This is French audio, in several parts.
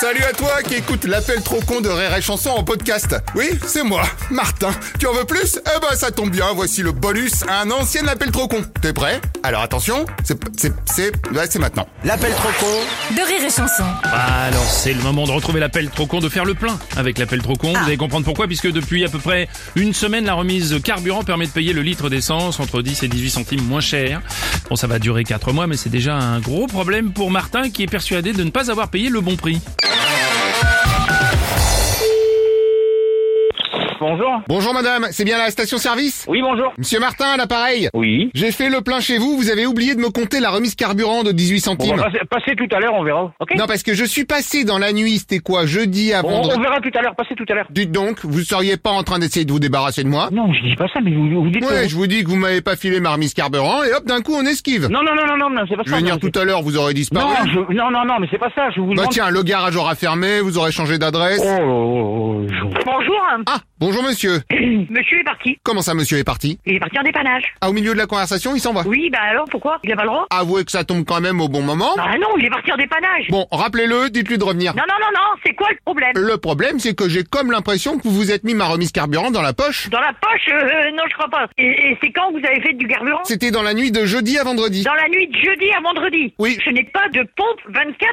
Salut à toi qui écoute l'appel trop con de Rire et Chanson en podcast. Oui, c'est moi, Martin. Tu en veux plus Eh ben ça tombe bien, voici le bonus à un ancien appel trop con. T'es prêt Alors attention, c'est c'est c'est ouais, c'est maintenant. L'appel trop con de rire et chanson. Bah, Alors c'est le moment de retrouver l'appel trop con, de faire le plein avec l'appel trop con. Vous allez comprendre pourquoi, puisque depuis à peu près une semaine, la remise carburant permet de payer le litre d'essence entre 10 et 18 centimes moins cher. Bon, ça va durer 4 mois, mais c'est déjà un gros problème pour Martin qui est persuadé de ne pas avoir payé le bon prix. Bonjour. Bonjour madame, c'est bien la station service Oui, bonjour. Monsieur Martin à l'appareil. Oui. J'ai fait le plein chez vous, vous avez oublié de me compter la remise carburant de 18 Bon, centimes. bah, passez, passez tout à l'heure, on verra. Ok non parce que je suis passé dans la nuit, c'était quoi Jeudi à on, vendredi. on verra tout à l'heure, passez tout à l'heure. Dites donc, vous seriez pas en train d'essayer de vous débarrasser de moi Non, je dis pas ça, mais vous, vous dites... que Ouais, vous- je vous dis que vous m'avez pas filé ma remise carburant et hop d'un coup on esquive. Non, non, non, non, non, non, c'est pas Je ça. vais venir non, tout à l'heure, vous aurez c'est- disparu. non, je- non, non, non, mais c'est pas ça, je vous Bah demande... tiens, le garage aura fermé, vous aurez changé d'adresse. Oh, oh, oh, je- Bonjour, Ah, bonjour monsieur. monsieur est parti. Comment ça monsieur est parti Il est parti en dépannage. Ah, au milieu de la conversation, il s'en va. Oui, bah alors pourquoi Il a pas le droit Avouez que ça tombe quand même au bon moment. Bah non, il est parti en dépannage. Bon, Euh. rappelez-le, dites-lui de revenir. Non, non, non, non, c'est quoi le problème Le problème, c'est que j'ai comme l'impression que vous vous êtes mis ma remise carburant dans la poche. Dans la poche euh, euh, Non, je crois pas. Et, et c'est quand vous avez fait du carburant C'était dans la nuit de jeudi à vendredi. Dans la nuit de jeudi à vendredi. Oui. Je n'ai pas de pompe 24-24.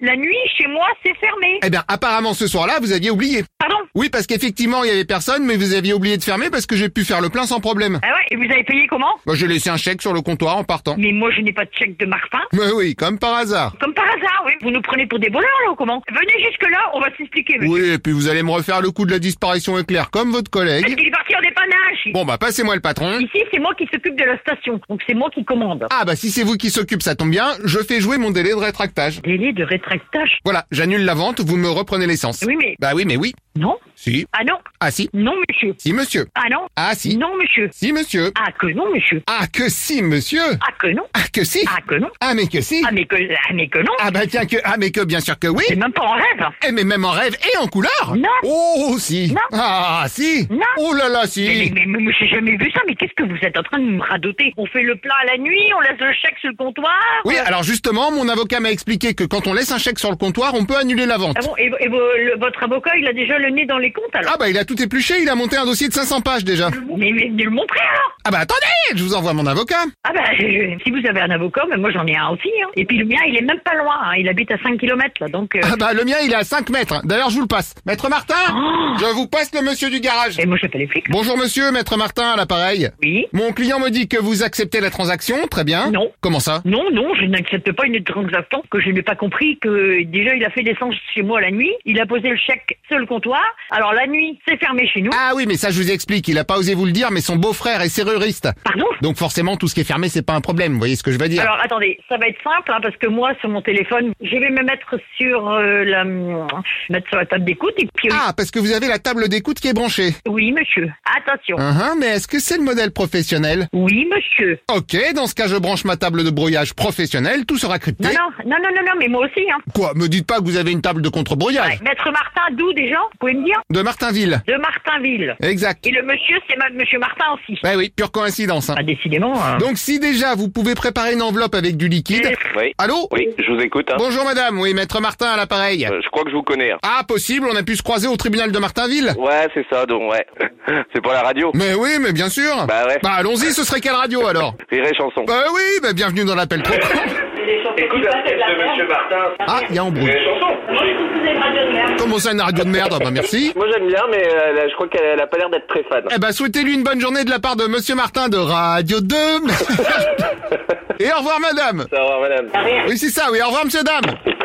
La nuit, chez moi, c'est fermé. Eh bien, apparemment, ce soir-là, vous aviez oublié. Pardon Oui, parce qu'effectivement, il y avait personne, mais vous aviez oublié de fermer parce que j'ai pu faire le plein sans problème. Ah ouais, et vous avez payé comment Bah, j'ai laissé un chèque sur le comptoir en partant. Mais moi, je n'ai pas de chèque de Martin. Mais oui, comme par hasard. Comme par hasard, oui. Vous nous prenez pour des voleurs, là, ou comment Venez jusque-là, on va s'expliquer, monsieur. Oui, et puis vous allez me refaire le coup de la disparition éclair comme votre Parce collègue. qu'il est parti en dépannage. Bon, bah, passez-moi le patron. Ici, c'est moi qui s'occupe de la station, donc c'est moi qui commande. Ah bah si c'est vous qui s'occupe, ça tombe bien, je fais jouer mon délai de rétractage. Délai de rétractage Voilà, j'annule la vente, vous me reprenez l'essence. Oui, mais- Bah oui, mais oui. Non Si. Ah non Ah si. Non, monsieur Si, monsieur. Ah non Ah si. Non, monsieur Si, monsieur. Ah que non, monsieur Ah que si, monsieur. Ah que non Ah que si. Ah que non Ah mais que si. Ah mais que, ah, mais que non Ah bah tiens que... Ah mais que bien sûr que oui. C'est même pas en rêve Eh mais même en rêve et en couleur Non. Oh si Non. Ah si Non. Oh là là si mais, mais, mais, mais j'ai jamais vu ça, mais qu'est-ce que vous êtes en train de me radoter On fait le plat à la nuit, on laisse le chèque sur le comptoir Oui, euh, alors justement, mon avocat m'a expliqué que quand on laisse un chèque sur le comptoir, on peut annuler la vente. Ah bon, et, et vo- le- votre avocat, il a déjà le nez dans les comptes, alors Ah bah il a tout épluché, il a monté un dossier de 500 pages déjà. mais, mais, mais le montrer, alors Ah bah attendez, je vous envoie mon avocat. Ah bah, je- si vous avez un avocat, mais moi j'en ai un aussi, hein. Et puis le mien, il est même pas loin, hein. il habite à 5 km, là, donc... euh, Ah bah le mien il est à 5 mètres. D'ailleurs je vous le passe. Maître Martin Oh. Je vous passe le monsieur du garage. Et moi j'appelle les flics. Bonjour monsieur, maître Martin à l'appareil. Oui. Mon client me dit que vous acceptez la transaction, très bien. Non. Comment ça Non, non, je n'accepte pas une transaction que je n'ai pas compris que déjà il a fait l'essence chez moi la nuit, il a posé le chèque sur le comptoir. Alors la nuit, c'est fermé chez nous. Ah oui mais ça je vous explique, il a pas osé vous le dire mais son beau-frère est serruriste. Pardon Donc forcément tout ce qui est fermé c'est pas un problème, vous voyez ce que je veux dire Alors attendez, ça va être simple hein, parce que moi sur mon téléphone, je vais me mettre sur euh, la mettre sur la table d'écoute et puis Ah parce que vous avez la table d'écoute qui est branchée. oui monsieur, attention. Hein, hein, mais est-ce que c'est le modèle professionnel Oui monsieur. Ok, dans ce cas je branche ma table de brouillage professionnelle, tout sera Non crypté. non non non non, non, mais moi aussi hein. Quoi Me dites pas que vous avez une table de contre-brouillage Ouais. Maître Martin, d'où des gens Vous pouvez me dire De Martinville. De Martinville. Exact. Et le monsieur, c'est ma- monsieur Martin aussi. Ouais, oui, pure coïncidence. hein. Ah, décidément. hein. Donc si déjà vous pouvez préparer une enveloppe avec du liquide. Oui. Allô Oui, je vous écoute. Hein. Bonjour madame, oui, maître Martin à l'appareil. Euh, je crois que je vous connais. hein. Ah possible, on a pu se croiser au tribunal de Martinville Ouais, c'est ça, donc ouais. c'est pour la radio. Mais oui, mais bien sûr. Bah ouais. Bah allons-y, ce serait quelle radio alors Rire et chanson. Bah oui, bah bienvenue dans l'appel trop con. Écoute la tête de Monsieur Martin. Ah, il y a un bruit. chanson. Comment ça une radio de merde Ah Bah merci. Moi j'aime bien, mais euh, là, je crois qu'elle elle a pas l'air d'être très fan. Eh bah souhaitez-lui une bonne journée de la part de monsieur Martin de Radio 2. Et au revoir madame. Ça va, madame. Oui, c'est ça, oui, au revoir monsieur dame.